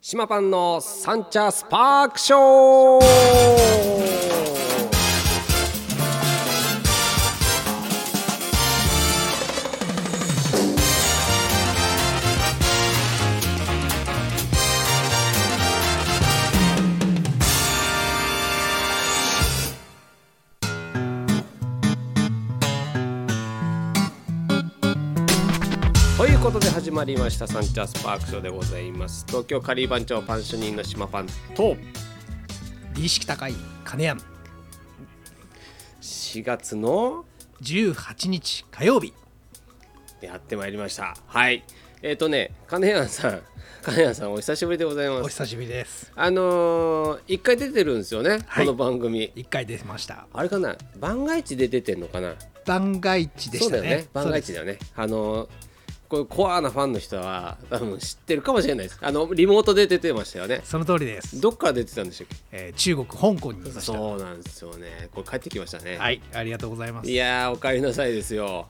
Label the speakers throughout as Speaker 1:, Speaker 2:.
Speaker 1: 島パンのサンチャスパークショーということで始まりましたサンチャスパークショーでございます東京カリー番長パン主任の島パンと
Speaker 2: 美意識高い金山
Speaker 1: 4月の
Speaker 2: 18日火曜日
Speaker 1: やってまいりましたはいえっ、とね金谷さん金谷さんお久しぶりでござい
Speaker 2: お
Speaker 1: ます
Speaker 2: 久しぶりです
Speaker 1: あのー、一回出てるんですよね、
Speaker 2: はい
Speaker 1: この番組
Speaker 2: 一回出ました
Speaker 1: あれかな番外地で出てんのかな
Speaker 2: 番外地で
Speaker 1: そ
Speaker 2: し
Speaker 1: うだ
Speaker 2: た
Speaker 1: よ
Speaker 2: ね
Speaker 1: ね番外地だ
Speaker 2: よ
Speaker 1: よねあのーこういうコアなファンの人は多分知ってるかもしれないですあのリモートで出てましたよね
Speaker 2: その通りです、
Speaker 1: どっから出てたんでしたっけ
Speaker 2: えー、中国香港にいました
Speaker 1: そうなんですよねこれ帰ってきましたね
Speaker 2: はいありがとうございます
Speaker 1: いやーお帰りなさいですよ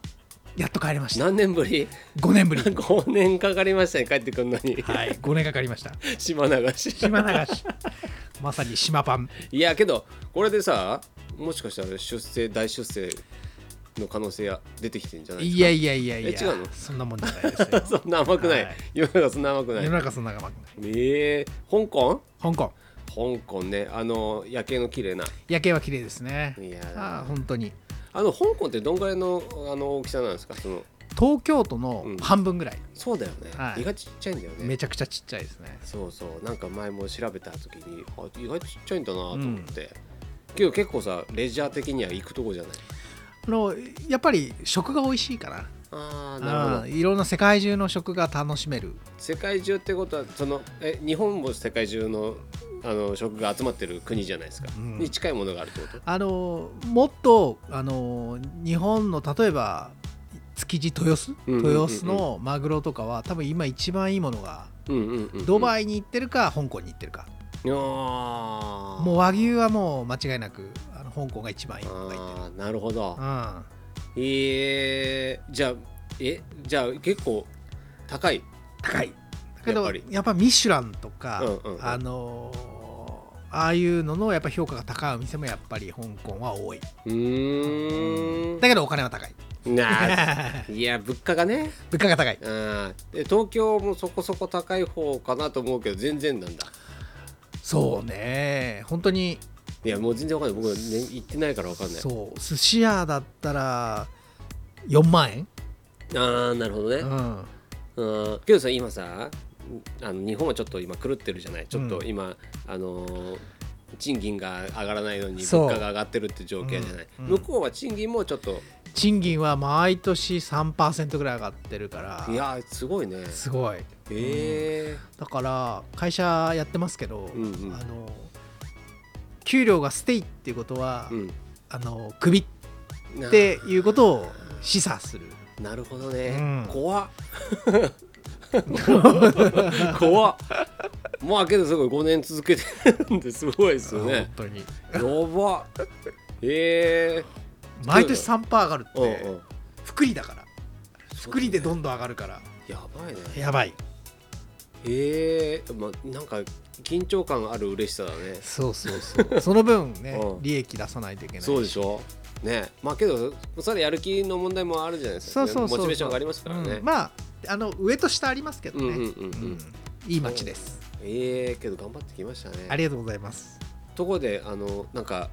Speaker 2: やっと帰りました
Speaker 1: 何年ぶり
Speaker 2: 5年ぶり
Speaker 1: 5年かかりましたね帰ってくるの に、
Speaker 2: はい5年かかりました
Speaker 1: 島流し
Speaker 2: 島流 しまさに島パン
Speaker 1: いやけどこれでさもしかしたら出世大出世の可能性が出てきてんじゃない
Speaker 2: いやいやいやいや
Speaker 1: え違うの
Speaker 2: そんなもんじゃないです よ
Speaker 1: そんな甘くない、
Speaker 2: はい
Speaker 1: 世の中そんな甘くな
Speaker 2: 世
Speaker 1: い
Speaker 2: の中そんな甘くない
Speaker 1: えー、香港
Speaker 2: 香港
Speaker 1: 香港ねあの夜景の綺麗な
Speaker 2: 夜景は綺麗ですね
Speaker 1: いや
Speaker 2: あ
Speaker 1: ー
Speaker 2: ー本当に
Speaker 1: あの香港ってどんぐらいのあの大きさなんですかその
Speaker 2: 東京都の半分ぐらい、
Speaker 1: そうだよね、
Speaker 2: はい
Speaker 1: 意外とちっちゃいんだよね
Speaker 2: めちゃくちゃちっちゃいですね
Speaker 1: そうそうなんか前も調べた時にあ意外とちっちゃいんだなと思って、けど結構さレジャー的には行くとこじゃない
Speaker 2: あのやっぱり食が美味しいから
Speaker 1: ああなるほ
Speaker 2: う
Speaker 1: ど
Speaker 2: んいろんな世界中の食が楽しめる
Speaker 1: 世界中ってことはそのえ日本も世界中のあの食が集まってる国じゃないですか、
Speaker 2: うん
Speaker 1: に近いものがあるってこと
Speaker 2: あのもっとあの日本の例えば築地豊洲
Speaker 1: うんうんうん
Speaker 2: 豊洲のマグロとかは多分今一番いいものが
Speaker 1: うんうんうん、うん、
Speaker 2: ドバ
Speaker 1: イ
Speaker 2: イに行ってるか香港に行ってるか
Speaker 1: あー
Speaker 2: もう和牛はもう間違いなくあの香港が一番いいものがいってる
Speaker 1: あーなるほど
Speaker 2: うん
Speaker 1: えー、じゃあえじゃあ結構高い
Speaker 2: 高いだけど
Speaker 1: やっ
Speaker 2: や
Speaker 1: ぱ
Speaker 2: っ
Speaker 1: り
Speaker 2: ぱミシュランとか、
Speaker 1: うんうんうん
Speaker 2: あのーああいうののやっぱ評価が高いお店もやっぱり香港は多いう
Speaker 1: ーん
Speaker 2: だけどお金は高い
Speaker 1: なあいや物価がね
Speaker 2: 物価が高い
Speaker 1: うんで東京もそこそこ高い方かなと思うけど全然なんだ
Speaker 2: そうね本当に
Speaker 1: いやもう全然わかんない僕、ね、行ってないからわかんない
Speaker 2: そう寿司屋だったら4万円、
Speaker 1: ああなるほど
Speaker 2: う
Speaker 1: ね
Speaker 2: ん、
Speaker 1: うんけどさ今さあの日本はちょっと今狂ってるじゃないちょっと今、あのー賃金が上がらないのに
Speaker 2: そう
Speaker 1: 物価が上がってるって状況じゃない、
Speaker 2: うんうん
Speaker 1: 向こうは賃金もちょっと
Speaker 2: 賃金は毎年3%ぐらい上がってるから
Speaker 1: いやーすごいね
Speaker 2: すごい
Speaker 1: え
Speaker 2: だから会社やってますけど、
Speaker 1: うんうん
Speaker 2: あの給料がステイっていうことは、
Speaker 1: えー
Speaker 2: あのクビ
Speaker 1: うん、な
Speaker 2: っていうことを示唆する
Speaker 1: なるほどね、
Speaker 2: うん
Speaker 1: 怖 っ怖っまあけどすごい5年続けてるんですごいですよね
Speaker 2: 本当に
Speaker 1: やばっえ
Speaker 2: 毎年3%上がるっ
Speaker 1: ー、うん
Speaker 2: て
Speaker 1: うん
Speaker 2: 福利だから福利でど
Speaker 1: ん
Speaker 2: んどん上がるから
Speaker 1: やばいね
Speaker 2: やばい
Speaker 1: えー、まなんか緊張感ある嬉しさだね
Speaker 2: そうそうそうその分ね
Speaker 1: うん
Speaker 2: 利益出さないといけない
Speaker 1: そうでしょねまあけどそれやる気の問題もあるじゃないですか、
Speaker 2: そうそうそうそう
Speaker 1: モチベーションがありますからね、
Speaker 2: うんまああの上と下ありますけどね、
Speaker 1: うんうんうんうん
Speaker 2: いい街です
Speaker 1: ええー、けど頑張ってきましたね
Speaker 2: ありがとうございます
Speaker 1: ところであのなんか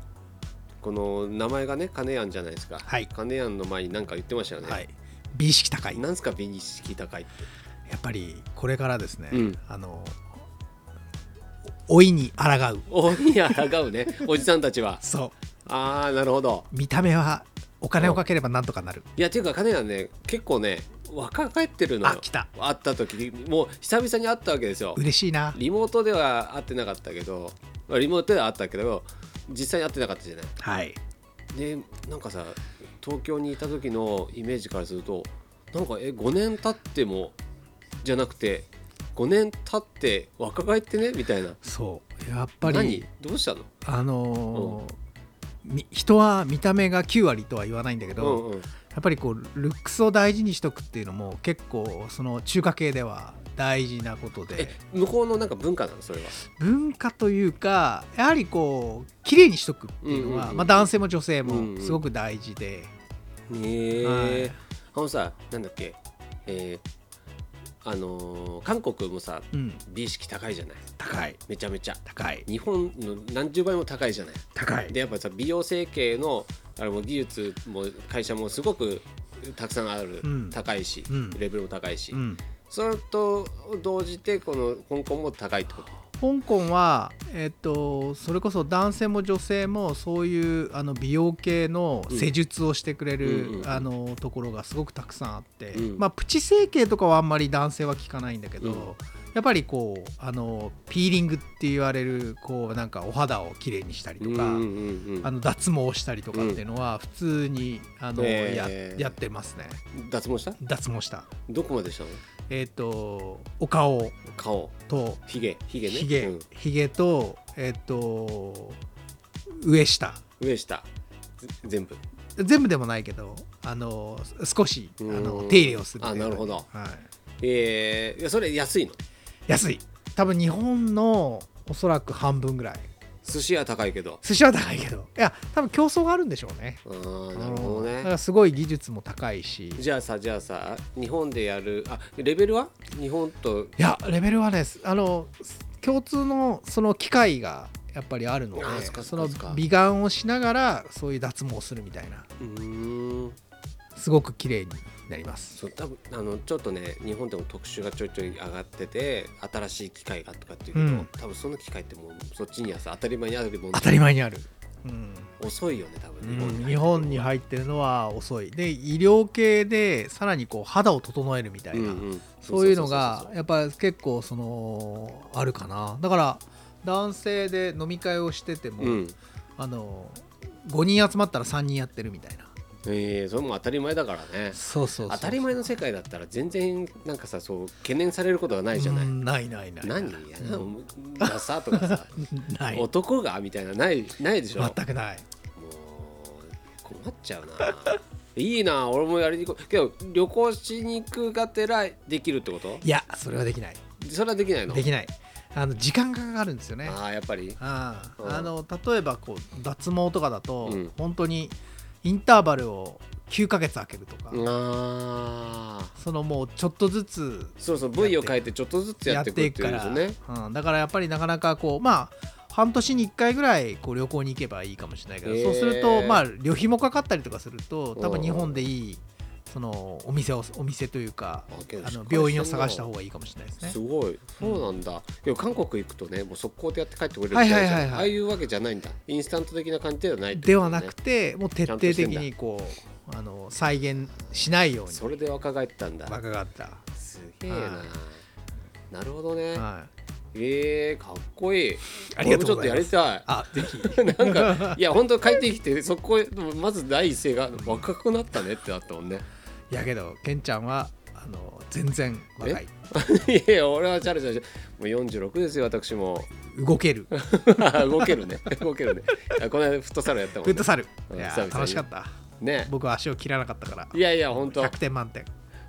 Speaker 1: この名前がねカネヤンじゃないですか、
Speaker 2: はい
Speaker 1: カネヤンの前に何か言ってましたよね、
Speaker 2: はい美意識高いや
Speaker 1: なんすか美意識高いって
Speaker 2: っぱりこれからですね、
Speaker 1: うん
Speaker 2: あの老いに抗う
Speaker 1: おにあらがうねおじさんたちは
Speaker 2: そう
Speaker 1: ああなるほど
Speaker 2: 見た目はお金をかければなんとかなる
Speaker 1: いやっていうかカネヤンね結構ね若返ってるの
Speaker 2: あ
Speaker 1: よ
Speaker 2: 来た
Speaker 1: 会った時にもう久々に会ったわけですよ
Speaker 2: 嬉しいな
Speaker 1: リモートでは会ってなかったけどまあリモートでは会ったけど実際に会ってなかったじゃない
Speaker 2: はい
Speaker 1: でなんかさ東京にいた時のイメージからするとなんかえ5年経ってもじゃなくて5年経って若返ってねみたいな
Speaker 2: そうやっぱ
Speaker 1: 何
Speaker 2: り
Speaker 1: どうしたの
Speaker 2: あのーみ人は見た目が9割とは言わないんだけ
Speaker 1: う
Speaker 2: ど、
Speaker 1: んうん
Speaker 2: やっぱりこうルックスを大事にしとくっていうのも結構その中華系では大事なことで
Speaker 1: え向こうのなんか文化なのそれは
Speaker 2: 文化というかやはりこう綺麗にしとくっていうの
Speaker 1: うん
Speaker 2: は、
Speaker 1: うんうん
Speaker 2: まあ、男性も女性
Speaker 1: うんう
Speaker 2: も
Speaker 1: ん
Speaker 2: すごく大事で、
Speaker 1: ねえ、
Speaker 2: はい
Speaker 1: あのさなんだっけえーあのー韓国もさ
Speaker 2: うん、
Speaker 1: 美意識高いじゃない
Speaker 2: 高い
Speaker 1: めちゃめちゃ
Speaker 2: 高い
Speaker 1: 日本の何十倍も高いじゃない
Speaker 2: 高い
Speaker 1: でやっぱさ美容整形のあれも技術も会社もすごくたくさんある、
Speaker 2: うん
Speaker 1: 高いし、
Speaker 2: うん
Speaker 1: レベルも高いし、
Speaker 2: うん、
Speaker 1: それと同時でこの香港も高いってこと
Speaker 2: 香港は、えっと、それこそ男性も女性もそういうあの美容系の施術をしてくれ
Speaker 1: うんうんう
Speaker 2: る、
Speaker 1: ん
Speaker 2: あのところがすごくたくさんあって、
Speaker 1: うん
Speaker 2: まあ、プチ整形とかはあんまり男性は聞かないんだけど、
Speaker 1: うん
Speaker 2: やっぱりこうあのピーリングって言われるこうなんかお肌をきれいにしたりとか。
Speaker 1: うんうんうん
Speaker 2: あの脱毛したりとかっていうのは普通にあの、
Speaker 1: えー
Speaker 2: ややってますね
Speaker 1: 脱毛した
Speaker 2: 脱毛した
Speaker 1: どこまでしたの
Speaker 2: えっ、とお顔
Speaker 1: 顔
Speaker 2: と
Speaker 1: ひげひげね
Speaker 2: ひげ
Speaker 1: うん
Speaker 2: ひげとえっ、と上下
Speaker 1: 上下ぜ全部
Speaker 2: 全部でもないけどあの少しあの
Speaker 1: うん
Speaker 2: 手入れをする
Speaker 1: あなるほど
Speaker 2: はい、
Speaker 1: えーいやそれ安いの
Speaker 2: 安い多分日本のおそらく半分ぐらい
Speaker 1: 寿司は高いけど
Speaker 2: 寿司は高いけどいや多分競争があるんでしょうね
Speaker 1: あーなるほど
Speaker 2: だか
Speaker 1: ね
Speaker 2: らすごい技術も高いし
Speaker 1: じゃあさじゃあさ日本でやるあレベルは日本と
Speaker 2: いやレベルはねすあのす共通のその機会がやっぱりあるので
Speaker 1: あそっか
Speaker 2: そ
Speaker 1: そっ
Speaker 2: の
Speaker 1: かそっか
Speaker 2: 美顔をしながらそういう脱毛するみたいな
Speaker 1: うーん
Speaker 2: すごく綺麗になります
Speaker 1: そう多分あのちょっとね日本でも特集がちょいちょい上がってて新しい機械がとかっていうけど、
Speaker 2: うん
Speaker 1: 多分その機械ってもうそっちにはさ当たり前にあるもの
Speaker 2: 当たり前にある、うん
Speaker 1: 遅いよね多分日本に,、
Speaker 2: 日本に
Speaker 1: っ
Speaker 2: 入ってるのは遅いで医療系でさらにこう肌を整えるみた
Speaker 1: た
Speaker 2: いな、
Speaker 1: んん
Speaker 2: そういうのが
Speaker 1: そうそうそう
Speaker 2: やっぱ結構そのあるかなだから男性で飲み会をしてても、
Speaker 1: そううん
Speaker 2: あの5人集まったら3人やってるみたいな
Speaker 1: ええそれも当たり前だからね
Speaker 2: そうそうそう
Speaker 1: 当たり前の世界だったら全然なんかさそう懸念されることがないじゃない、
Speaker 2: うんないないない
Speaker 1: 何
Speaker 2: うん
Speaker 1: やなダサとかさ
Speaker 2: ない
Speaker 1: 男がみたいなないないでしょもう
Speaker 2: 全くない
Speaker 1: 困っちゃうな いいな俺もやりに行こうけど旅行しに行くがてらできるってこと
Speaker 2: いやそれはできない
Speaker 1: それはできないの
Speaker 2: できないあの時間がかかるんですよね
Speaker 1: ああやっぱり
Speaker 2: あ
Speaker 1: うん
Speaker 2: ああの例えばこう脱毛とかだと、
Speaker 1: うん
Speaker 2: 本当にインターバルを9ヶ月空けるとか、
Speaker 1: ああ
Speaker 2: そのもうちょっとずつ
Speaker 1: そうそう部位を変えてちょっとずつや
Speaker 2: や
Speaker 1: っ
Speaker 2: って
Speaker 1: いく
Speaker 2: て
Speaker 1: っ
Speaker 2: い
Speaker 1: てい
Speaker 2: くか
Speaker 1: うんで
Speaker 2: ら
Speaker 1: すよね
Speaker 2: うん、だからやっぱりなかなかこうまあ半年に1回ぐらいこう旅行に行けばいいかもしれないけど、
Speaker 1: へー
Speaker 2: そうするとまあ旅費もかかったりとかすると多
Speaker 1: う
Speaker 2: 分
Speaker 1: ん
Speaker 2: 日本でいいそのお店をお店というか
Speaker 1: あけど
Speaker 2: あ
Speaker 1: しっ
Speaker 2: の
Speaker 1: かり
Speaker 2: 病院を探し
Speaker 1: してんな
Speaker 2: た方がいいかもしれないですね
Speaker 1: す。ごいそうなんだ、でも韓国行くとねもう速攻でやって帰ってくれる
Speaker 2: はい
Speaker 1: み
Speaker 2: は
Speaker 1: たい
Speaker 2: い
Speaker 1: じゃん、
Speaker 2: はいはい
Speaker 1: ああいうわけじゃないんだインスタント的な感じではないって
Speaker 2: で
Speaker 1: こ
Speaker 2: は
Speaker 1: とだ
Speaker 2: な
Speaker 1: ね
Speaker 2: くてもう徹底的にこうあの再現しないように
Speaker 1: それで若返ったんだ
Speaker 2: 若かった、
Speaker 1: すげえな、
Speaker 2: は
Speaker 1: なるほどね
Speaker 2: はい、
Speaker 1: えー、かっこいい
Speaker 2: ありがとうござ
Speaker 1: 俺
Speaker 2: いま
Speaker 1: も
Speaker 2: す
Speaker 1: ちょっとやりたい
Speaker 2: あぜ ひ
Speaker 1: なんかいや本当帰ってきてそこへまず第一声が若くなったねってなったもん ね
Speaker 2: やけどケンちゃんはあの全然若い
Speaker 1: いやいや俺はチャラチャラしてもう46ですよ私も
Speaker 2: 動ける
Speaker 1: 動けるね動けるねあこの間フットサルやったも
Speaker 2: フ
Speaker 1: ん
Speaker 2: ッ
Speaker 1: ね
Speaker 2: トサル
Speaker 1: うん
Speaker 2: いや
Speaker 1: 久々に
Speaker 2: 楽しかった
Speaker 1: ね
Speaker 2: 僕は足を切らなかったから
Speaker 1: いやいや本当
Speaker 2: 100点満点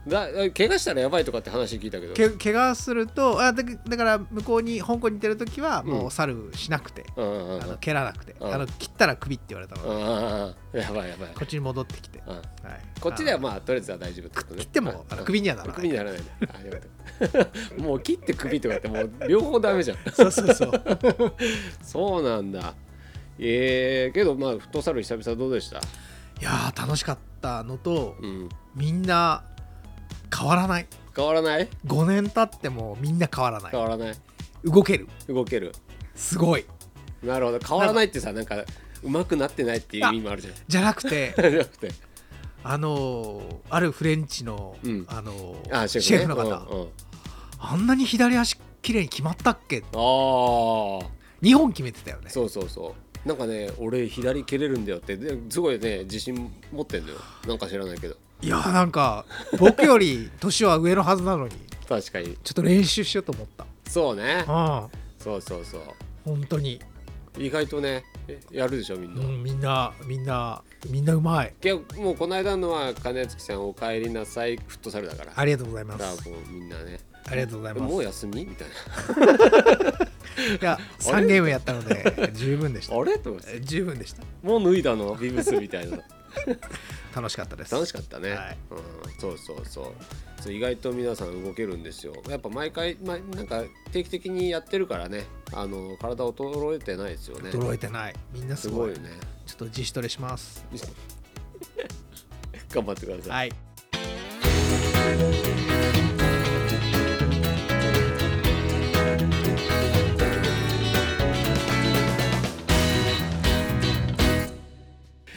Speaker 1: だ怪我したらやばいとかって話聞いたけど
Speaker 2: け怪我するとあだだから向こうに香港に行ってる時はもうサルしなくて、
Speaker 1: うんうんうんうん
Speaker 2: あの蹴らなくて、
Speaker 1: うん
Speaker 2: あの切ったら首って言われたの、
Speaker 1: うんうんうんうんやばいやばい
Speaker 2: こっちに戻ってきて、
Speaker 1: うん
Speaker 2: はい
Speaker 1: こっちでは
Speaker 2: あ
Speaker 1: まあとりあえずは大丈夫ってことね
Speaker 2: 切ってもあの首にはならない
Speaker 1: 首にならないねあよかったもう切って 首とかってもう両方ダメじゃん
Speaker 2: そうそうそう
Speaker 1: そうなんだえー、けどまあフットサル久々どうでした
Speaker 2: いやー楽しかったのと
Speaker 1: うん
Speaker 2: みんな変わらない
Speaker 1: 変わらない
Speaker 2: 5年経ってもみんな変わらない
Speaker 1: 変わらない
Speaker 2: 動ける
Speaker 1: 動ける
Speaker 2: すごい
Speaker 1: なるほど変わらないってさなんかうまくなってないっていう意味もあるじゃん
Speaker 2: じゃなく て
Speaker 1: じゃなくて
Speaker 2: あのーあるフレンチの、
Speaker 1: うん
Speaker 2: あのー
Speaker 1: あ
Speaker 2: シ
Speaker 1: シ
Speaker 2: ェ
Speaker 1: ェフ,、
Speaker 2: フ,、
Speaker 1: ね、
Speaker 2: の方、
Speaker 1: うんうん
Speaker 2: あんなに左足綺麗に決まったっけ
Speaker 1: ああ
Speaker 2: 2本決めてたよね
Speaker 1: そうそうそうなんかね俺左蹴れるんだよってですごいね自信持ってんのよなんか知らないけど
Speaker 2: いやーなんか僕より年は上のはずなのに
Speaker 1: 確かに
Speaker 2: ちょっと練習しようと思った
Speaker 1: そうね
Speaker 2: ああ
Speaker 1: そうそうそう
Speaker 2: 本当に、
Speaker 1: 意外とねえやるでしょみん
Speaker 2: う
Speaker 1: な、
Speaker 2: ん、みんなみんなみんなうまい
Speaker 1: けどもうこの間のは金月さんお帰りなさいフットサルだから
Speaker 2: ありがとうございま
Speaker 1: だから
Speaker 2: す
Speaker 1: こうみんなね
Speaker 2: ありがとうございます
Speaker 1: もう休みみたい
Speaker 2: いや
Speaker 1: あれ
Speaker 2: 3ゲームやったの で十分でした
Speaker 1: なあれと思って
Speaker 2: え十分でした
Speaker 1: もう脱いだのビブスみた いな
Speaker 2: 楽しかったです
Speaker 1: 楽しかったね、
Speaker 2: はい
Speaker 1: うん、そうそうそうそう意外と皆さん動けるんですよやっぱ毎回、まあ、なんか定期的にやってるからねあの体衰えてないですよね
Speaker 2: 驚いてないみんな
Speaker 1: す
Speaker 2: す
Speaker 1: ご
Speaker 2: ご
Speaker 1: い
Speaker 2: い
Speaker 1: よね
Speaker 2: ちょっと自主トレします
Speaker 1: 頑張ってください、
Speaker 2: はい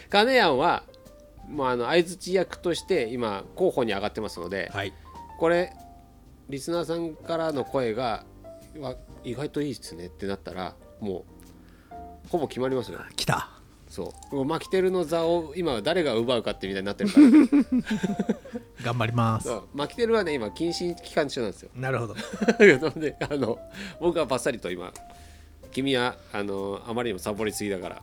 Speaker 1: カネヤンはもうあの相槌役として今候補に上がってますので、
Speaker 2: はい
Speaker 1: これリスナーさんからの声がわ意外といいっすねってなったらもうほぼ決まりますよ
Speaker 2: 来た
Speaker 1: そうマキテルの座を今誰が奪うかってみたいになってるから
Speaker 2: 頑張ります
Speaker 1: そうマキテルはね今謹慎期間中なんですよ
Speaker 2: なるほど
Speaker 1: なのであの僕はバッサリと今君はあのあまりにもサボりすぎだから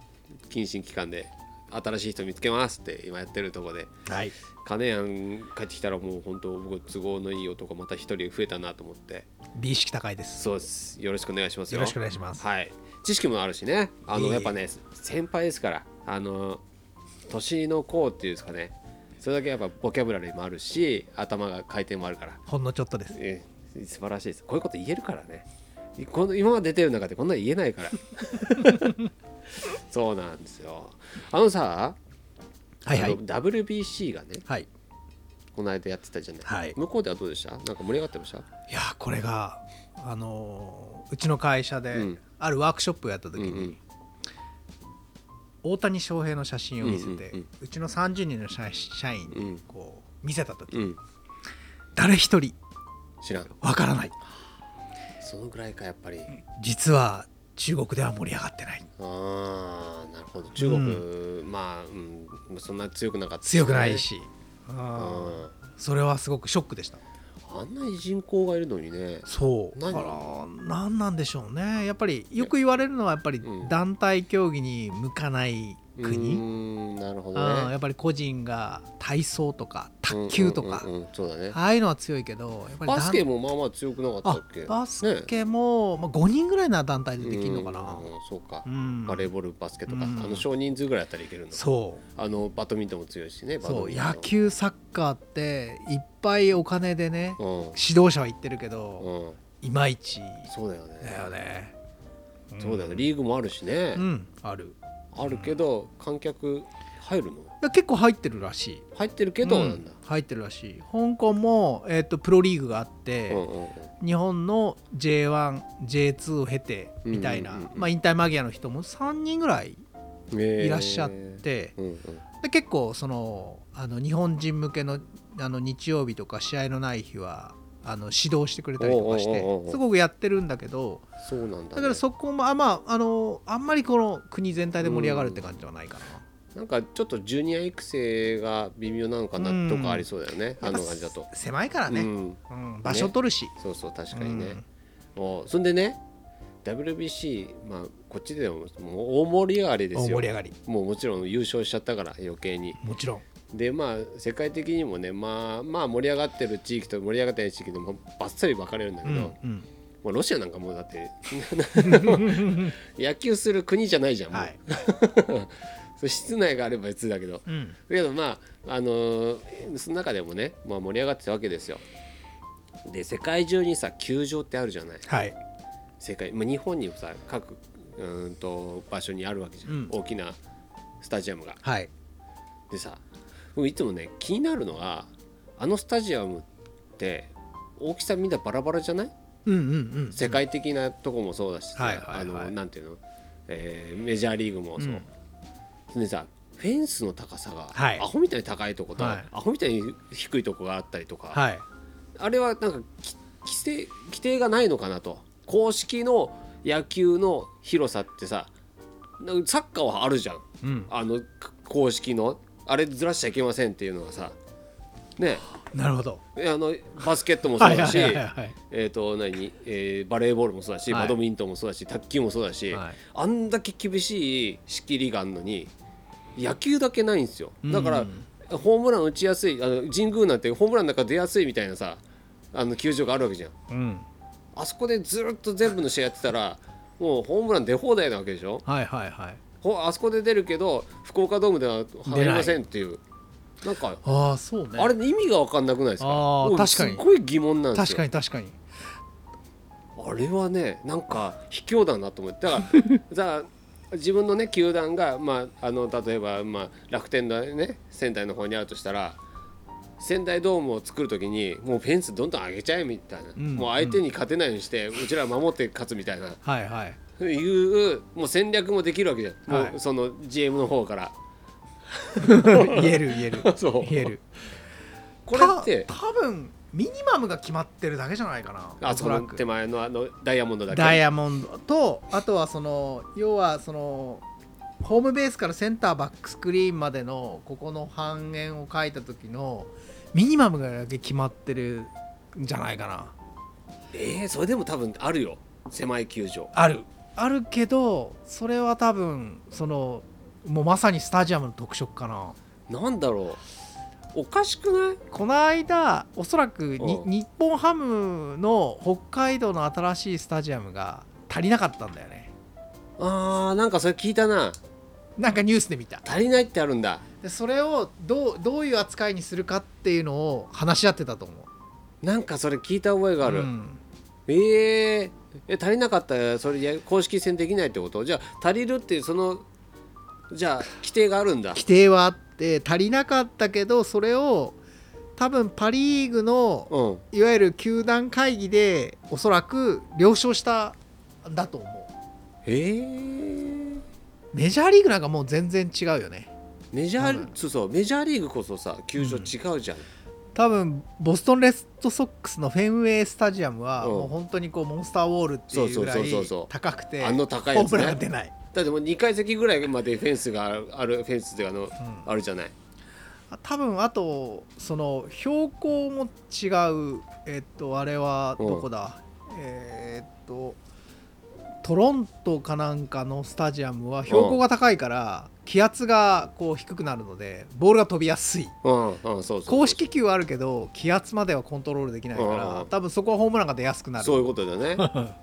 Speaker 1: 謹慎期間で新しい人見つけますって今やってるとこで
Speaker 2: はい
Speaker 1: 金谷帰ってきたらもう本当僕都合のいい男また一人増えたなと思って
Speaker 2: 美意識高いです
Speaker 1: そうです。よろしくお願いしますよ。
Speaker 2: よろしくお願いします
Speaker 1: はい。知識もあるしね。あ
Speaker 2: いえい
Speaker 1: の
Speaker 2: え
Speaker 1: やっぱね先輩ですから。あの年の功っていうんですかね。それだけやっぱボキャブラリーもあるし、頭が回転もあるから。
Speaker 2: ほんのちょっとです
Speaker 1: え素晴らしいです。こういうこと言えるからね。この今まで出てる中でこんなの言えないから。 そうなんですよ。あのさ、
Speaker 2: はいは
Speaker 1: あ
Speaker 2: い
Speaker 1: の WBC がね、
Speaker 2: はい
Speaker 1: この間やってたじゃない。
Speaker 2: はい
Speaker 1: 向こうではどうでしたなんか盛り上がってました
Speaker 2: いやーこれがあのーうちの会社
Speaker 1: う
Speaker 2: で
Speaker 1: ん
Speaker 2: あるワークショップをやった時に、
Speaker 1: うんうん
Speaker 2: 大谷翔平の写真を見せて、う
Speaker 1: うんうんうん
Speaker 2: ちの30人の社社員
Speaker 1: う
Speaker 2: に
Speaker 1: ん
Speaker 2: こう見せた時、
Speaker 1: うん。
Speaker 2: 誰一人
Speaker 1: 知らん。
Speaker 2: わからない
Speaker 1: そのぐらいか、やっぱり。
Speaker 2: 実は中国では盛り上がってない
Speaker 1: ああなるほど中国、まあ、うん、そんな強くなかったですね、
Speaker 2: 強くないし、
Speaker 1: うん
Speaker 2: あー
Speaker 1: あ
Speaker 2: それはすごくショックでした
Speaker 1: んなに人口がいるのにね
Speaker 2: そうだ
Speaker 1: 何
Speaker 2: から何なんでしょうねやっぱりよく言われるのはやっぱり
Speaker 1: うん
Speaker 2: 団体競技に向かない
Speaker 1: う
Speaker 2: 国、
Speaker 1: ーんなるほ
Speaker 2: うん
Speaker 1: ど
Speaker 2: や
Speaker 1: ね
Speaker 2: っぱり個人が体操とか卓球とか、
Speaker 1: うんうんうんうんそうだね
Speaker 2: ああいうのは強いけどやっぱり
Speaker 1: バスケ
Speaker 2: も
Speaker 1: もまあまあ強くなかった
Speaker 2: あ
Speaker 1: っけ
Speaker 2: バスケも、まあ、5人ぐらいなら団体でできるのかな
Speaker 1: うんうんうんそうか、
Speaker 2: うん
Speaker 1: バレーボールバスケとか、
Speaker 2: うん
Speaker 1: あの少人数ぐらいだったらいけるの
Speaker 2: そ
Speaker 1: あのバドミントンも強いしね
Speaker 2: う
Speaker 1: バド
Speaker 2: そう
Speaker 1: ミントン
Speaker 2: 野球サッカーっていっぱいお金でね
Speaker 1: う
Speaker 2: 指導者は言ってるけど
Speaker 1: ん、うん、
Speaker 2: いまいち
Speaker 1: そうだよね
Speaker 2: だよね
Speaker 1: そうだよねリーグもあるしね、
Speaker 2: うんある
Speaker 1: あるけど観客入るの
Speaker 2: いや結構入ってるらしい
Speaker 1: 入ってるけど
Speaker 2: う
Speaker 1: なんだ、
Speaker 2: 入ってるらしい香港も、えー、とプロリーグがあっ
Speaker 1: う
Speaker 2: て、
Speaker 1: んうんうん
Speaker 2: 日本の J1J2 を経てみたいな、
Speaker 1: うんうんうんうん
Speaker 2: まあ、引退間際の人も3人ぐらいい
Speaker 1: い
Speaker 2: らっしゃって、
Speaker 1: うんうん、
Speaker 2: で結構そのあの日本人向けのあの日曜日とか試合のない日はあの指導してくれたりとかして
Speaker 1: おうおうおうおう
Speaker 2: すごくやってるんだけど
Speaker 1: そうなんだ、ね、
Speaker 2: だからそこもあ,、まあ、あのあんまりこの国全体で盛り上がるって感じではないかな。
Speaker 1: なんかちょっとジュニア育成が微妙なのかなとかありそうだよね、
Speaker 2: やっ
Speaker 1: あ
Speaker 2: ぱ
Speaker 1: の感じだと、
Speaker 2: 狭いから
Speaker 1: う
Speaker 2: ね、
Speaker 1: ん、
Speaker 2: うん場所取るし、
Speaker 1: そうそう確かに
Speaker 2: う
Speaker 1: ね
Speaker 2: ん、
Speaker 1: おそんでね WBC まあこっちでももう大盛り上がりで
Speaker 2: 大
Speaker 1: すよ
Speaker 2: 盛り上がり
Speaker 1: もうもちろん優勝しちゃったから余計に
Speaker 2: もちろん
Speaker 1: でまあ世界的にもねまあまあ盛り上がってる地域と盛り上がってない地域でもバッサリ分かれるんだけ
Speaker 2: う
Speaker 1: ど、
Speaker 2: ん
Speaker 1: も
Speaker 2: うん
Speaker 1: うロシアなんかもうだって 野球する国じゃないじゃんもう、
Speaker 2: はい、
Speaker 1: そう室内があれば別だけど
Speaker 2: うん、
Speaker 1: だけどまああのーその中でもね、まあ、盛り上がってたわけですよで世界中にさ球場ってあるじゃない
Speaker 2: はい
Speaker 1: 世界、まあ、日本にもさ各うーんと場所にあるわけじゃん、
Speaker 2: うん
Speaker 1: 大きなスタジアムが
Speaker 2: はい
Speaker 1: でさ僕いつもね気になるのはあのスタジアムって大きさみんなバラバラじゃない
Speaker 2: うんうんうん
Speaker 1: 世界的なとこもそうだしさ、
Speaker 2: はいはいはい
Speaker 1: あのなんていうの、えーメジャーリーグもそう、
Speaker 2: うん
Speaker 1: でさフェンスの高さが、
Speaker 2: はい
Speaker 1: アホみたいに高いとこと、
Speaker 2: はい
Speaker 1: アホみたいに低いとこがあったりとか、
Speaker 2: はい
Speaker 1: あれはなんかき規制規定がないのかなと公式の野球の広さってさなんかサッカーはあるじゃん
Speaker 2: うん
Speaker 1: あのく公式のあれずらしちゃいけませんっていうのがさね
Speaker 2: なるほど
Speaker 1: えあのバスケットもそうだし
Speaker 2: はいはいはい
Speaker 1: えーと何えーバレーボールもそうだし、
Speaker 2: はい
Speaker 1: バドミントンもそうだし卓球もそうだし、
Speaker 2: はい
Speaker 1: あんだけ厳しい仕切りがあるのに野球だけないんですよだから、
Speaker 2: うん
Speaker 1: ホームラン打ちやすいあの神宮なんてホームランなんか出やすいみたいなさあの球場があるわけじゃん
Speaker 2: うん
Speaker 1: あそこでずっと全部の試合やってたら もうホームラン出放題なわけでしょ
Speaker 2: はいはいはい
Speaker 1: ほあそこで出るけど福岡ドームでは入りませんっていうなんか
Speaker 2: ああそうね
Speaker 1: あれ意味が分かんなくないですか
Speaker 2: あー
Speaker 1: 俺
Speaker 2: 確かに
Speaker 1: すっごい疑問なんです
Speaker 2: 確
Speaker 1: よ
Speaker 2: かに確かに
Speaker 1: あれはねなんか卑怯だなと思ってだから じゃあ自分のね球団が、まあ、あの例えば、まあ、楽天のね仙台の方にあるとしたら仙台ドームを作る時にもうフェンスどんどん上げちゃえみたいな、
Speaker 2: うん
Speaker 1: もう相手に勝てないようにして、うちらは守って勝つみたいな
Speaker 2: は いはい
Speaker 1: いうもう戦略もできるわけじゃん、
Speaker 2: はい
Speaker 1: もうその GM の方 から。
Speaker 2: 言える言える
Speaker 1: そう
Speaker 2: 言える
Speaker 1: これって
Speaker 2: た多分ミニマムが決まってるだけじゃないかな
Speaker 1: あ
Speaker 2: お
Speaker 1: そ
Speaker 2: そら
Speaker 1: の
Speaker 2: く
Speaker 1: 手前のあのダイヤモンドだけ
Speaker 2: ダイヤモンドとあとはその要はそのホームベースからセンターバックスクリーンまでのここの半円を書いた時のミニマムがだけ決まってるんじゃないかな
Speaker 1: えーそれでも多分あるよ狭い球場
Speaker 2: あるあるけどそれは多分そのもうまさにスタジアムの特色かな
Speaker 1: なんだろうおかしくない
Speaker 2: この間おそらくに
Speaker 1: うん
Speaker 2: 日本ハムの北海道の新しいスタジアムが足りなかったんだよね
Speaker 1: あーなんかそれ聞いたな
Speaker 2: なんかニュースで見た
Speaker 1: 足りないってあるんだ
Speaker 2: でそれをどうどういう扱いにするかっていうのを話し合ってたと思う
Speaker 1: なんかそれ聞いた覚えがある、
Speaker 2: うん
Speaker 1: えーえ足りなかったらそれや公式戦できないってことじゃあ足りるっていうそのじゃあ規定があるんだ
Speaker 2: 規定はあって足りなかったけどそれを多分パ・リーグの
Speaker 1: うん
Speaker 2: いわゆる球団会議でおそらく了承したんだと思
Speaker 1: えー
Speaker 2: うメジャーリーグなんかもう全然違うよね
Speaker 1: メジャ
Speaker 2: 多
Speaker 1: ー
Speaker 2: 分
Speaker 1: そうそうメジャーリーグこそさ球場違うじゃん、
Speaker 2: 多分ボストンレッドソックスのフェンウェイスタジアムは
Speaker 1: うん
Speaker 2: もう本当にこうモンスターウォールっていうぐらい
Speaker 1: そうそうそうそうそう
Speaker 2: 高くて
Speaker 1: あ
Speaker 2: ホ
Speaker 1: の高いや
Speaker 2: ー
Speaker 1: つ
Speaker 2: ムランが
Speaker 1: ね
Speaker 2: 出ない、
Speaker 1: だってもう2階席ぐらいまでフェンスがあるあるフェンスっていうかあの
Speaker 2: うん
Speaker 1: あるじゃない
Speaker 2: 多分あとその標高も違うえっとあれはどこだ、えーっとトロントかなんかのスタジアムは標高が高いから気圧がこう低くなるのでボールが飛びやすい
Speaker 1: うんうんそうそうそう
Speaker 2: 公式球はあるけど気圧まではコントロールできないか
Speaker 1: う
Speaker 2: ら
Speaker 1: ん
Speaker 2: 多分そこはホームランが出やすくなる
Speaker 1: そういうことだよねだか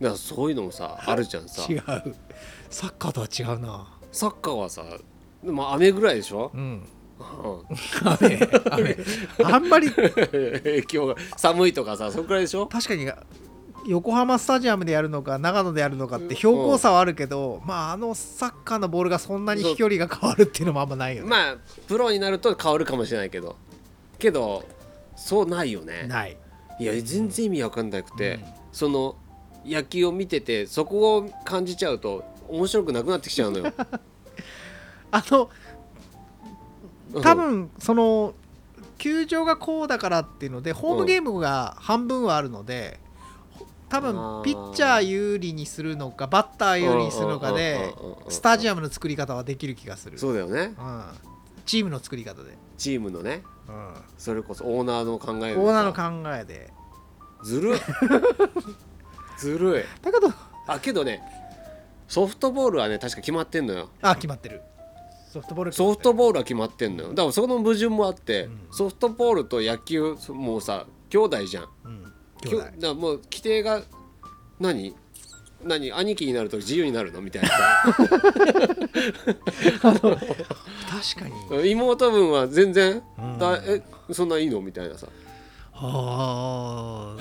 Speaker 2: 違
Speaker 1: らそういうのもさあるじゃんさ
Speaker 2: うサッカーとは違うな
Speaker 1: サッカーはさまあ雨ぐらいでしょ、
Speaker 2: うん
Speaker 1: うん、
Speaker 2: 雨雨 あんまり
Speaker 1: 影響が寒いとかさそんくらいでしょ
Speaker 2: 確かに横浜スタジアムでやるのか長野でやるのかって標高差はあるけど、まああのサッカーのボールがそんなに飛距離が変わるっていうのもあんまないよね、
Speaker 1: まあプロになると変わるかもしれないけどけどそうないよね
Speaker 2: ない
Speaker 1: いや全然意味わかんなくて、
Speaker 2: うん
Speaker 1: その野球を見ててそこを感じちゃうと面白くなくなってきちゃうの よ
Speaker 2: あの多分その球場がこうだからっていうのでホームゲームが半分はあるので多
Speaker 1: あ
Speaker 2: 分
Speaker 1: ー
Speaker 2: ピッチャー有利にするのかバッター有利にするのかで
Speaker 1: うんうんうんうんうん
Speaker 2: スタジアムの作り方はできる気がする、
Speaker 1: そうだよね
Speaker 2: うん、チームの作り方で、
Speaker 1: チームのね
Speaker 2: うん、
Speaker 1: それこそオーナーの考えでさ
Speaker 2: オーナーの考えで
Speaker 1: ず るいずるい
Speaker 2: だけど
Speaker 1: あけどねソフトボールはね確か決まってんのよ
Speaker 2: あ決まってるソフトボール決ま
Speaker 1: ソ
Speaker 2: っ
Speaker 1: フ
Speaker 2: てる
Speaker 1: トボールは決まってんのよだからそこの矛盾もあって、
Speaker 2: ん
Speaker 1: ソフトボールと野球もうさ兄弟じゃん
Speaker 2: うん
Speaker 1: きょだからもう規定が何何兄貴になると自由になるのみたいな さ
Speaker 2: 確かに
Speaker 1: 妹分は全然、
Speaker 2: うん
Speaker 1: だえそんないいのみたいなさ
Speaker 2: はあ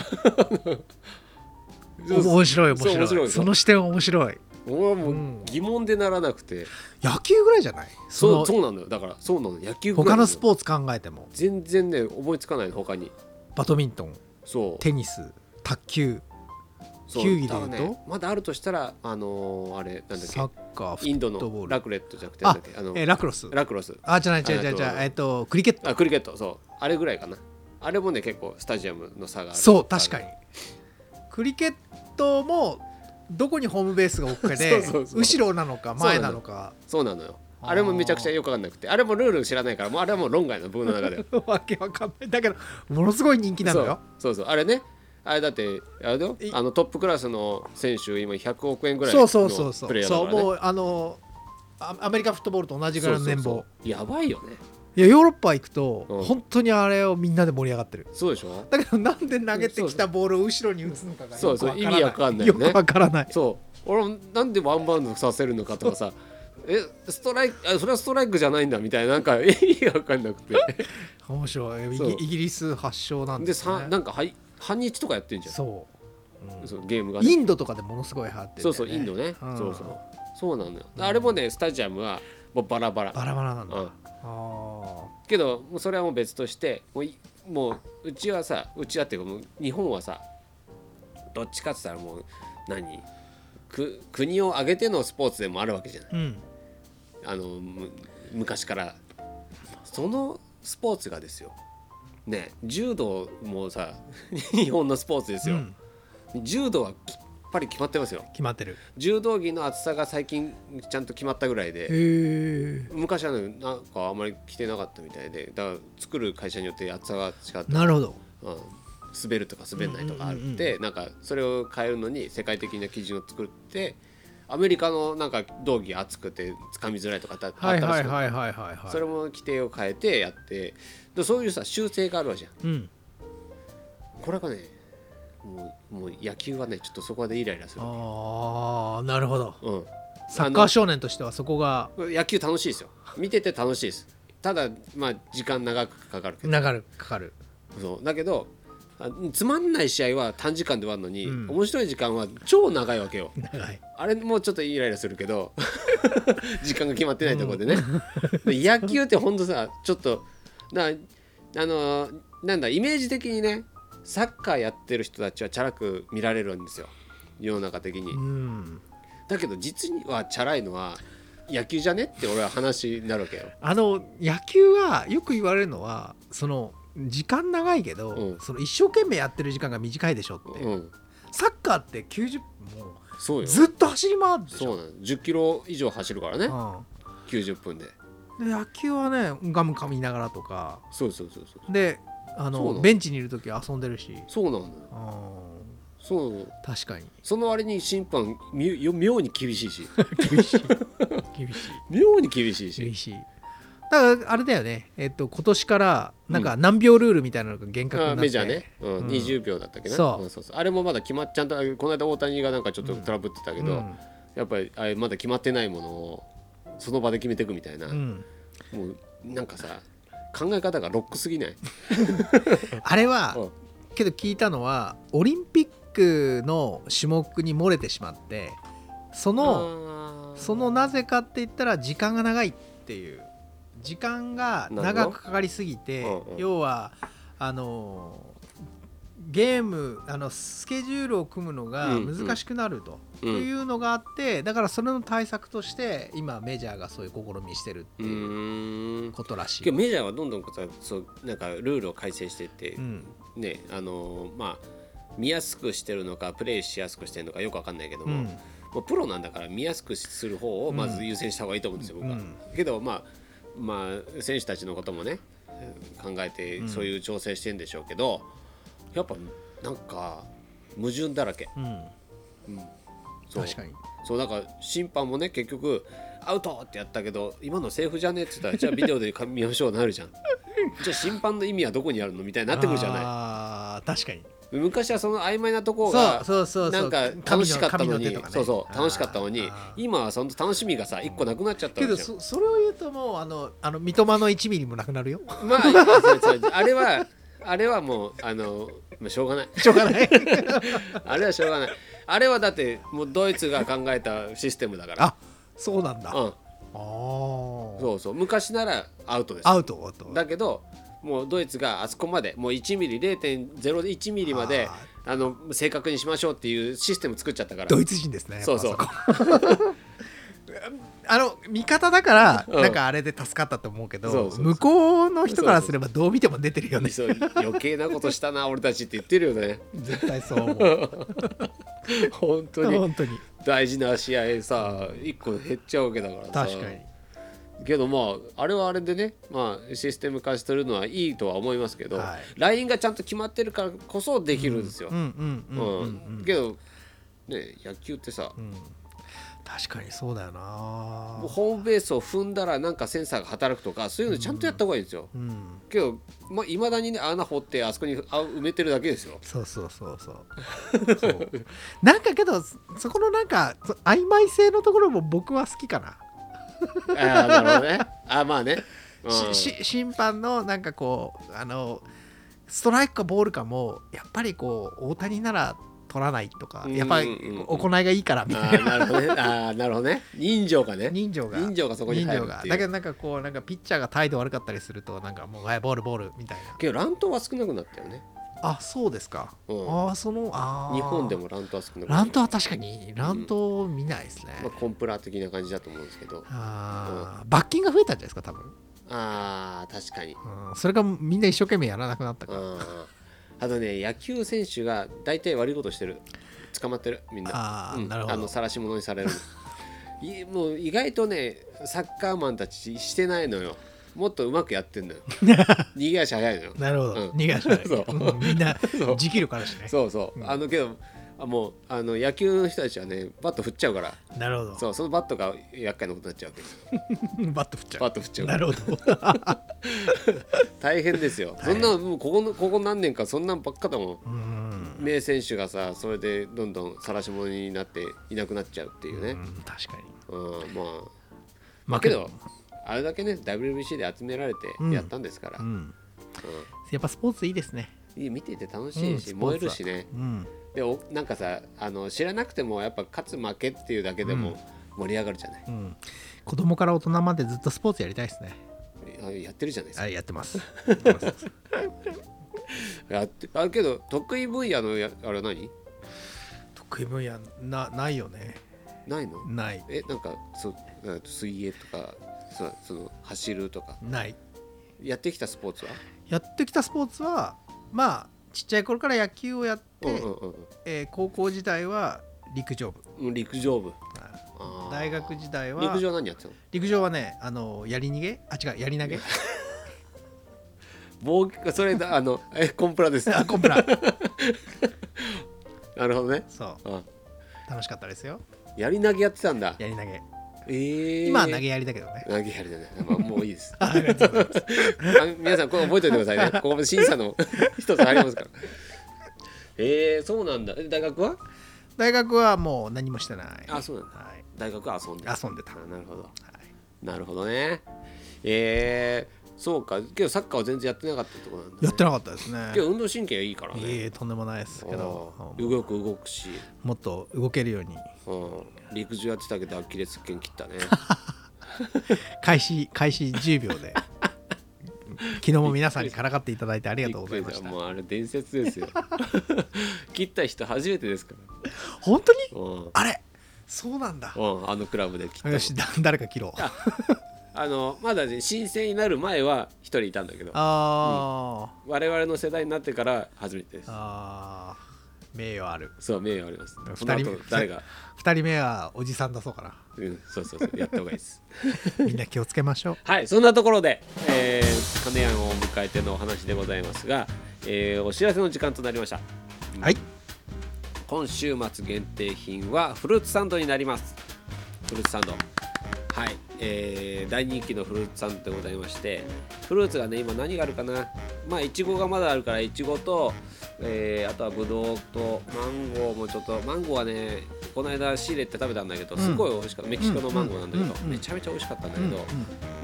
Speaker 1: そう
Speaker 2: 面白い面
Speaker 1: そう面
Speaker 2: 白
Speaker 1: 白い
Speaker 2: い
Speaker 1: ぞ
Speaker 2: その視点は面白い
Speaker 1: 俺はも
Speaker 2: う
Speaker 1: うん疑問でならなくて、
Speaker 2: 野球ぐらいじゃないそ
Speaker 1: そ
Speaker 2: の
Speaker 1: うそうなんだよだからそうなの野球ぐら
Speaker 2: 他
Speaker 1: いな
Speaker 2: のスポーツ考えても
Speaker 1: 全然ね思いつかないの他に
Speaker 2: バドミントン
Speaker 1: そう
Speaker 2: テニス卓球
Speaker 1: そう
Speaker 2: 球技で言うと
Speaker 1: だからねまだあるとしたらあのーあれなんだっ
Speaker 2: サ
Speaker 1: け
Speaker 2: ッカーフ
Speaker 1: インド
Speaker 2: ットボ
Speaker 1: の
Speaker 2: ー
Speaker 1: ラ
Speaker 2: ル
Speaker 1: クレットじゃなくてなん
Speaker 2: あ
Speaker 1: だっけあの
Speaker 2: えーラクロス
Speaker 1: ラクロス
Speaker 2: あじゃないじゃないじゃ
Speaker 1: あ
Speaker 2: ないじゃ
Speaker 1: えっ
Speaker 2: な
Speaker 1: と
Speaker 2: いえっとクリケット
Speaker 1: あクリケットそうあれぐらいかなあれもね結構スタジアムの差がある
Speaker 2: そう確かに
Speaker 1: あ
Speaker 2: クリケットもどこにホームベースが置く か
Speaker 1: そ
Speaker 2: で
Speaker 1: うそうそう
Speaker 2: 後ろなのか前なのか
Speaker 1: のそうなのよ
Speaker 2: あー
Speaker 1: あれもめちゃくちゃよくわかんなくてあれもルール知らないからもうあれはもう論外の僕の中で
Speaker 2: わけわかんないだけどものすごい 人気な
Speaker 1: そ
Speaker 2: のよ
Speaker 1: うそうそうあれねあれだってあれだよ
Speaker 2: い
Speaker 1: あのトップクラスの選手今100億円ぐらい
Speaker 2: そ
Speaker 1: の
Speaker 2: うそうそうそう
Speaker 1: プレイヤーだ
Speaker 2: そう
Speaker 1: からね
Speaker 2: もうあのあアメリカンフットボールと同じぐらいの年
Speaker 1: そうそう
Speaker 2: 俸
Speaker 1: そうやばいよね
Speaker 2: いやヨーロッパ行くと、
Speaker 1: うん
Speaker 2: 本当にあれをみんなで盛り上がってる
Speaker 1: そうでしょ
Speaker 2: だけどなんで投げてきたボールを後ろに打つのかが
Speaker 1: そうそう意味わかんない
Speaker 2: よ
Speaker 1: よ
Speaker 2: く
Speaker 1: ね
Speaker 2: わからない
Speaker 1: そう俺もなんでワンバウンドさせるのかとか さえストライクあそれはストライクじゃないんだみたいななんか意味わかんなくて
Speaker 2: 面白いイ
Speaker 1: そう
Speaker 2: ギイギリス発祥なん
Speaker 1: で
Speaker 2: です
Speaker 1: さ
Speaker 2: ね
Speaker 1: なんかはい半日とかやってんじゃん
Speaker 2: そう、うん
Speaker 1: そうゲームがね
Speaker 2: インドとかでものすごい流行ってる、
Speaker 1: そうそうインドね、
Speaker 2: うん
Speaker 1: そうそうそうなのよあれもねスタジアムはもうバラバラ
Speaker 2: バラバラなんだ、
Speaker 1: う
Speaker 2: あ
Speaker 1: ん
Speaker 2: あ
Speaker 1: けどもうそれはもう別としてもういもううちはさうちはっていうかもう日本はさどっちかって言ったらもう何く国を挙げてのスポーツでもあるわけじゃない
Speaker 2: うん
Speaker 1: あのむ昔からそのスポーツがですよね柔道もさ 日本のスポーツです
Speaker 2: う
Speaker 1: よ、
Speaker 2: ん
Speaker 1: 柔道はきっぱり決まってますよ
Speaker 2: 決まってる
Speaker 1: 柔道着の厚さが最近ちゃんと決まったぐらいで
Speaker 2: へえ
Speaker 1: 昔はねなんかあんまり着てなかったみたいでだから作る会社によって厚さが違って、
Speaker 2: なるほど
Speaker 1: うん、滑るとか滑んないとかあ
Speaker 2: うん
Speaker 1: っ
Speaker 2: うんうん
Speaker 1: てなんかそれを変えるのに世界的な基準を作ってアメリカのなんか道着厚くて掴みづらいとかってあった
Speaker 2: は
Speaker 1: らし
Speaker 2: い
Speaker 1: く
Speaker 2: はいはいはいはいはい
Speaker 1: それも規定を変えてやってでそういうさ修正があるわけじゃん
Speaker 2: うん
Speaker 1: これがねもうもう野球はねちょっとそこでイライラする、
Speaker 2: ああなるほど
Speaker 1: うん、
Speaker 2: サッカー少年としてはそこが
Speaker 1: 野球楽しいですよ見てて楽しいですただまあ時間長くかかるけ
Speaker 2: 流
Speaker 1: ど
Speaker 2: れかかる
Speaker 1: そうだけどあつまんない試合は短時間で終わるのに、
Speaker 2: うん
Speaker 1: 面白い時間は超長いわけよ
Speaker 2: 長い
Speaker 1: あれもうちょっとイライラするけど 時間が決まってないところでね、で野球ってほんとさちょっとなあのーなんだイメージ的にねサッカーやってる人たちはチャラく見られるんですよ世の中的に、
Speaker 2: うん
Speaker 1: だけど実にはチャラいのは野球じゃねって俺は話になるわけよ
Speaker 2: あの野球がよく言われるのはその時間長いけど、
Speaker 1: うん
Speaker 2: その一生懸命やってる時間が短いでしょって、
Speaker 1: うん、
Speaker 2: サッカーって90分も
Speaker 1: そう
Speaker 2: う
Speaker 1: よ
Speaker 2: ずっと走り回るでし
Speaker 1: そ
Speaker 2: ょ
Speaker 1: うなの10キロ以上走るからね
Speaker 2: うん
Speaker 1: 90分で
Speaker 2: で野球はねガム噛みながらとか
Speaker 1: そうそうそうそう
Speaker 2: であ
Speaker 1: そうな
Speaker 2: の
Speaker 1: の
Speaker 2: ベンチにいる時は遊んでるし
Speaker 1: そうなのよ
Speaker 2: うん
Speaker 1: そうなの
Speaker 2: 確かに
Speaker 1: その割に審判みよ妙に厳し いし
Speaker 2: 厳しい厳しい
Speaker 1: 妙に厳しいし
Speaker 2: 厳しいだからあれだよねえっと今年からなんか何秒ルールみたいなのが厳格にな
Speaker 1: あ
Speaker 2: って
Speaker 1: メジャーね、うん
Speaker 2: うん
Speaker 1: 20秒だったっけな
Speaker 2: そうん
Speaker 1: そうそうあれもまだ決まっちゃんとこの間大谷がなんかちょっとトラブってたけど、
Speaker 2: うん
Speaker 1: やっぱりあれまだ決まってないものをその場で決めていくみたいな、
Speaker 2: うん
Speaker 1: もうなんかさ考え方がロックすぎない、
Speaker 2: あれは
Speaker 1: うん
Speaker 2: けど聞いたのはオリンピックの種目に漏れてしまってその
Speaker 1: の
Speaker 2: そのなぜかって言ったら時間が長いっていう時間が長くかかりすぎて
Speaker 1: なるほどうんうん
Speaker 2: 要はあのゲームあのスケジュールを組むのが
Speaker 1: うんうん
Speaker 2: 難しくなると。
Speaker 1: うん
Speaker 2: というのがあってだからそれの対策として今メジャーがそういう試みしてるって
Speaker 1: う
Speaker 2: いう
Speaker 1: ーん
Speaker 2: ことらしい。
Speaker 1: けどメジャーはどんどんこうさそうなんかルールを改正していって、
Speaker 2: うん
Speaker 1: ねあのーまあ見やすくしてるのかプレイしやすくしてるのかよくわかんないけど
Speaker 2: う
Speaker 1: も、
Speaker 2: ん
Speaker 1: もうプロなんだから見やすくする方をま
Speaker 2: う
Speaker 1: ず
Speaker 2: ん
Speaker 1: 優先した方がいいと思うんですよ、僕
Speaker 2: う
Speaker 1: は
Speaker 2: ん。
Speaker 1: けどまあまあ選手たちのこともねえー考えてそういう調整してんでしょうけど、やっぱなんか矛盾だらけ。
Speaker 2: うん
Speaker 1: そう
Speaker 2: 確かに
Speaker 1: そうなんか審判もね結局アウトってやったけど今のセーフじゃねえって言ったらじゃあビデオでか見ましょうなるじゃん じゃあ審判の意味はどこにあるのみたいになってくるじゃない
Speaker 2: あー確かに
Speaker 1: 昔はその曖昧なところ
Speaker 2: そ
Speaker 1: が
Speaker 2: うそうそう
Speaker 1: な
Speaker 2: そ
Speaker 1: ん
Speaker 2: う
Speaker 1: か楽しかったのに
Speaker 2: 神手とね
Speaker 1: そうそう楽しかったのに
Speaker 2: あー
Speaker 1: 今はその楽しみがさ一個なくなっちゃった
Speaker 2: け
Speaker 1: わけ
Speaker 2: ど
Speaker 1: じゃん
Speaker 2: そそれを言うともうあのあの三笘の1ミリもなくなるよ
Speaker 1: まあいやそうそうあれはあれはもうあのまあしょうがない
Speaker 2: しょうがない
Speaker 1: あれはしょうがないあれはだってもうドイツが考えたシステムだから
Speaker 2: あそうなんだあ
Speaker 1: うん
Speaker 2: あ
Speaker 1: そうそう昔ならアウトです
Speaker 2: アウトアウト
Speaker 1: だけどもうドイツがあそこまでもう1ミリ0.01ミリまで
Speaker 2: あ
Speaker 1: あの正確にしましょうっていうシステム作っちゃったから
Speaker 2: ドイツ人ですね
Speaker 1: そうそう
Speaker 2: やっぱこ あの味方だから、
Speaker 1: うん
Speaker 2: なんかあれで助かったと思うけど
Speaker 1: そうそうそう
Speaker 2: 向こうの人からすればどう見ても出てるよね
Speaker 1: そう余計なことしたな俺たちって言ってるよね
Speaker 2: 絶対そう思う
Speaker 1: 本当に
Speaker 2: 本当に
Speaker 1: 大事な試合さ1個減っちゃうわけだからさ
Speaker 2: 確かに
Speaker 1: けどまああれはあれでね、まあ、システム化してるのはいいとは思いますけど、
Speaker 2: はい
Speaker 1: LINE がちゃんと決まってるからこそできるんですよ
Speaker 2: うんう
Speaker 1: うん
Speaker 2: うんうんうんうん
Speaker 1: んけどね野球ってさ
Speaker 2: うん確かにそうだよな
Speaker 1: ホームベースを踏んだらなんかセンサーが働くとかそういうのちゃんとやった方がいいんですよ、
Speaker 2: うん
Speaker 1: けどまあ、未だにね穴掘ってあそこにあ埋めてるだけですよ
Speaker 2: そうそうそうそう そうなんかけどそそこのなんかそ曖昧性のところも僕は好きかな、
Speaker 1: ああなるほどね あまあね、うん
Speaker 2: しし審判のなんかこうあのストライクかボールかもやっぱりこう大谷なら取らないとかやっぱり
Speaker 1: うんうんうんうん
Speaker 2: 行いがいいからみたい
Speaker 1: ああなるほどねああなるほどね人情がね
Speaker 2: な人情が
Speaker 1: 人情がそこに入る
Speaker 2: 人
Speaker 1: っ
Speaker 2: 情
Speaker 1: てい
Speaker 2: が
Speaker 1: う
Speaker 2: だけどなんかこうなんかピッチャーが態度悪かったりするとなんかもうはいボールボールみたいな
Speaker 1: けど乱闘は少なくなったよね、
Speaker 2: あそうですか、
Speaker 1: うん、
Speaker 2: ああそのあー
Speaker 1: 日本でも乱闘は少なくなった
Speaker 2: 乱闘は確かに乱闘見ないですね、
Speaker 1: まあ、コンプラ的な感じだと思うんですけど
Speaker 2: あー罰金が増えたんじゃないですか多分、
Speaker 1: あー確かに
Speaker 2: うん、それがみんな一生懸命やらなくなったから、
Speaker 1: ああとね野球選手が大体悪いことしてる捕まってるみんな
Speaker 2: ああ、
Speaker 1: うん
Speaker 2: なるほ
Speaker 1: あ
Speaker 2: ど
Speaker 1: の晒し者にされる いもう意外とねサッカーマンたちしてないのよもっとうまくやってん のよ逃げ足早いのよ
Speaker 2: なるほど、
Speaker 1: うん
Speaker 2: 逃がしない、
Speaker 1: そう
Speaker 2: うんみんな
Speaker 1: そう
Speaker 2: 持久力あるしね
Speaker 1: そうそう、
Speaker 2: うん
Speaker 1: あのけどあもうあの野球の人たちはねバット振っちゃうから
Speaker 2: なるほど
Speaker 1: そうそのバットが厄介なことになっちゃうわけですよ
Speaker 2: バット振っちゃ
Speaker 1: バ
Speaker 2: う
Speaker 1: ット振っちゃうか
Speaker 2: な
Speaker 1: ら
Speaker 2: るほど
Speaker 1: 大変です よそ
Speaker 2: 大
Speaker 1: ん
Speaker 2: 変
Speaker 1: なのもうここのここ何年かそんなんばっかだもん
Speaker 2: うん
Speaker 1: 名選手がさそれでどんどん晒し者になっていなくなっちゃうっていう
Speaker 2: う
Speaker 1: ね、
Speaker 2: ん確かに
Speaker 1: うん、まあ
Speaker 2: ま
Speaker 1: けどあれだけね WBC で集められて
Speaker 2: うん
Speaker 1: やったんですから、
Speaker 2: う
Speaker 1: うん
Speaker 2: ん、やっぱスポーツいいですね
Speaker 1: いい見てて楽しいし、
Speaker 2: うん
Speaker 1: 燃えるしね
Speaker 2: うん
Speaker 1: でおなんかさあの知らなくてもやっぱ勝つ負けっていうだけでも盛り上がるじゃない、
Speaker 2: うん子供から大人までずっとスポーツやりたいですね。
Speaker 1: あやってるじゃないですか、
Speaker 2: はい、やってます。
Speaker 1: やってあけど得意分野のやあれは何
Speaker 2: 得意分野なないよね。
Speaker 1: ないの
Speaker 2: ない。
Speaker 1: えなんかそうなんか水泳とかそうその走るとか
Speaker 2: ない。
Speaker 1: やってきたスポーツは
Speaker 2: やってきたスポーツは、まあ、ちっちゃい頃から野球をやって、
Speaker 1: うんうんうん
Speaker 2: えー高校時代は陸上部。
Speaker 1: うん陸上部
Speaker 2: はい
Speaker 1: あー
Speaker 2: 大学時代は
Speaker 1: 陸上何やってたの
Speaker 2: 陸上はね、あのやり逃げあ、違う、やり投げ
Speaker 1: 防御それだあのえコンプラ です
Speaker 2: あ、コン プラ。
Speaker 1: なるほどね
Speaker 2: そう、
Speaker 1: あ
Speaker 2: 楽しかったですよ。
Speaker 1: やり投げやってたんだ
Speaker 2: やり投げ。
Speaker 1: えー、
Speaker 2: 今は投げやりだけどね。
Speaker 1: 投げやりだね、まあ、もういいです
Speaker 2: ありがとうございます
Speaker 1: あ皆さんこれ覚えておいてくだ さいねここ審査の一つありますから えー、そうなんだえ大学は
Speaker 2: 大学はもう何もしてない。
Speaker 1: あそうなんだ
Speaker 2: はい、
Speaker 1: 大学は遊んで
Speaker 2: 遊んでた。
Speaker 1: あなるほど
Speaker 2: はい
Speaker 1: なるほどねえー、そうかけどサッカーは全然やってなかったってことなんだ、ね、
Speaker 2: やってなかったですね
Speaker 1: け。ど運動神経いいからね
Speaker 2: いえいえとんでもないですけど
Speaker 1: あー
Speaker 2: も
Speaker 1: 動く動くし、
Speaker 2: もっと動けるように
Speaker 1: うん、陸上やってたけどアキレス腱切 ったね
Speaker 2: 開始開始10秒 で昨日も皆さんにからかっていただいてありがとうございまし
Speaker 1: び
Speaker 2: た
Speaker 1: っくりもうあれ伝説ですよ 切った人初めてですから
Speaker 2: 本当に
Speaker 1: うん、
Speaker 2: あれそうなんだ
Speaker 1: うん、あのクラブで切ったの
Speaker 2: よしだ誰か切 ろう
Speaker 1: ああのまだね新鮮になる前は一人いたんだけど
Speaker 2: あー
Speaker 1: 我々の世代になってから初めてです
Speaker 2: あー名誉ある
Speaker 1: そう名誉あります
Speaker 2: 二
Speaker 1: そ
Speaker 2: 人
Speaker 1: の後誰が、
Speaker 2: 2人目はおじさんだそ うか
Speaker 1: うん、そうそうそうやった方がいいです
Speaker 2: らみんな気をつけましょう
Speaker 1: はいそんなところで、えー、金谷を迎えてのお話でございますが、えーお知らせの時間となりました
Speaker 2: はい
Speaker 1: 今週末限定品はフルーツサンドになりますフルーツサンドはい、えー大人気のフルーツサンドでございましてフルーツがね今何があるかなまあいちごがまだあるからいちごと、えーあとはぶどうとマンゴーもちょっとマンゴーはねこの間仕入れて食べたんだけど
Speaker 2: うん
Speaker 1: すごい美味しかったメキシコのマンゴーなんだけど
Speaker 2: うんうん
Speaker 1: めちゃめちゃ美味しかったんだけ
Speaker 2: う
Speaker 1: ど、
Speaker 2: んうん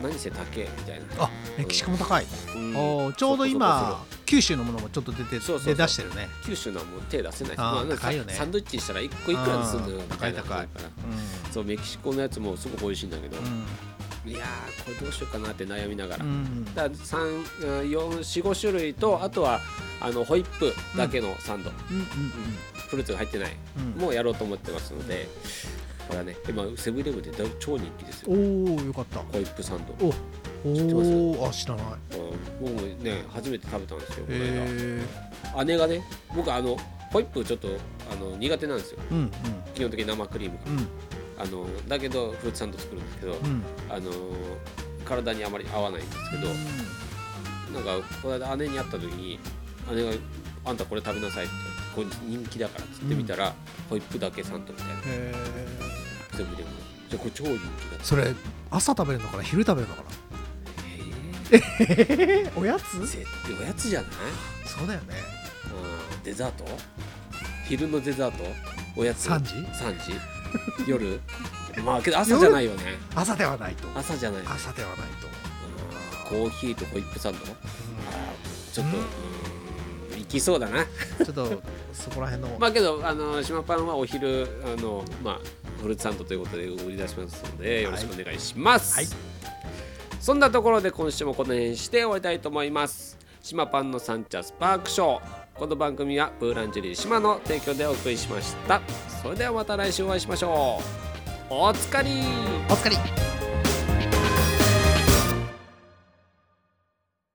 Speaker 1: 何せ高えみたいな
Speaker 2: あメキシコも高い、
Speaker 1: うん
Speaker 2: おーちょ
Speaker 1: そう
Speaker 2: うど
Speaker 1: そう
Speaker 2: 今
Speaker 1: そう
Speaker 2: 九州のものもちょっと出て
Speaker 1: そうそうそう
Speaker 2: 出だしてるね、
Speaker 1: 九州のはもう手出せないし
Speaker 2: あー
Speaker 1: まなんか
Speaker 2: 高いよね
Speaker 1: サンドイッチにしたら1個いくらで済んだよ
Speaker 2: うん
Speaker 1: みたいなだ
Speaker 2: 高い高い
Speaker 1: から
Speaker 2: うん
Speaker 1: そうメキシコのやつもすごく美味しいんだけど、
Speaker 2: うん
Speaker 1: いやーこれどうしようかなって悩みながら、
Speaker 2: うん
Speaker 1: だから三うん四45種類とあとはあのホイップだけのサンド、
Speaker 2: うん
Speaker 1: フルーツが入ってない
Speaker 2: うんうん
Speaker 1: もうやろうと思ってますので、これはね今セブンイレブンでだいぶ超人気ですよ
Speaker 2: おおよかった
Speaker 1: ホイップサンド、
Speaker 2: お
Speaker 1: 知ってます
Speaker 2: おおあ知らない
Speaker 1: うん僕もね初めて食べたんですよこの間
Speaker 2: へ
Speaker 1: 姉がね僕あのホイップちょっとあの苦手なんですよ
Speaker 2: えうんうん
Speaker 1: 基本的に生クリームが
Speaker 2: うん
Speaker 1: あのだけどフルーツサンド作るんですけど、
Speaker 2: うん
Speaker 1: あの体にあまり合わないんですけど、なんかこの間姉に会った時に姉が「あんたこれ食べなさい」って「これ人気だから」って言ってみたら、ホイップだけサンドみたいな
Speaker 2: へえ
Speaker 1: 全部でもじゃあこれ超人気だ
Speaker 2: それ朝食べるのかな昼食べるのかな
Speaker 1: え
Speaker 2: えおやつ
Speaker 1: 絶対おやつじゃない、
Speaker 2: そうだよね
Speaker 1: うん、デザート昼のデザートおやつ
Speaker 2: 3時
Speaker 1: 3時 夜まあけど朝じゃないよね
Speaker 2: 朝ではないと
Speaker 1: 朝じゃない、うん
Speaker 2: 朝ではないと
Speaker 1: コーヒーとホイップサンドちょっとうんいきそうだな
Speaker 2: うんちょっとそこら辺の、
Speaker 1: まあけどあの島パンはお昼あのまあフルーツサンドということで売り出しますのでよろしくお願いします、
Speaker 2: はい
Speaker 1: そんなところで今週もこの辺にして終わりたいと思います島パンの三茶スパークショーこの番組はブーランジェリー島の提供でお送りしましたそれではまた来週お会いしましょうおつかり
Speaker 2: お疲れ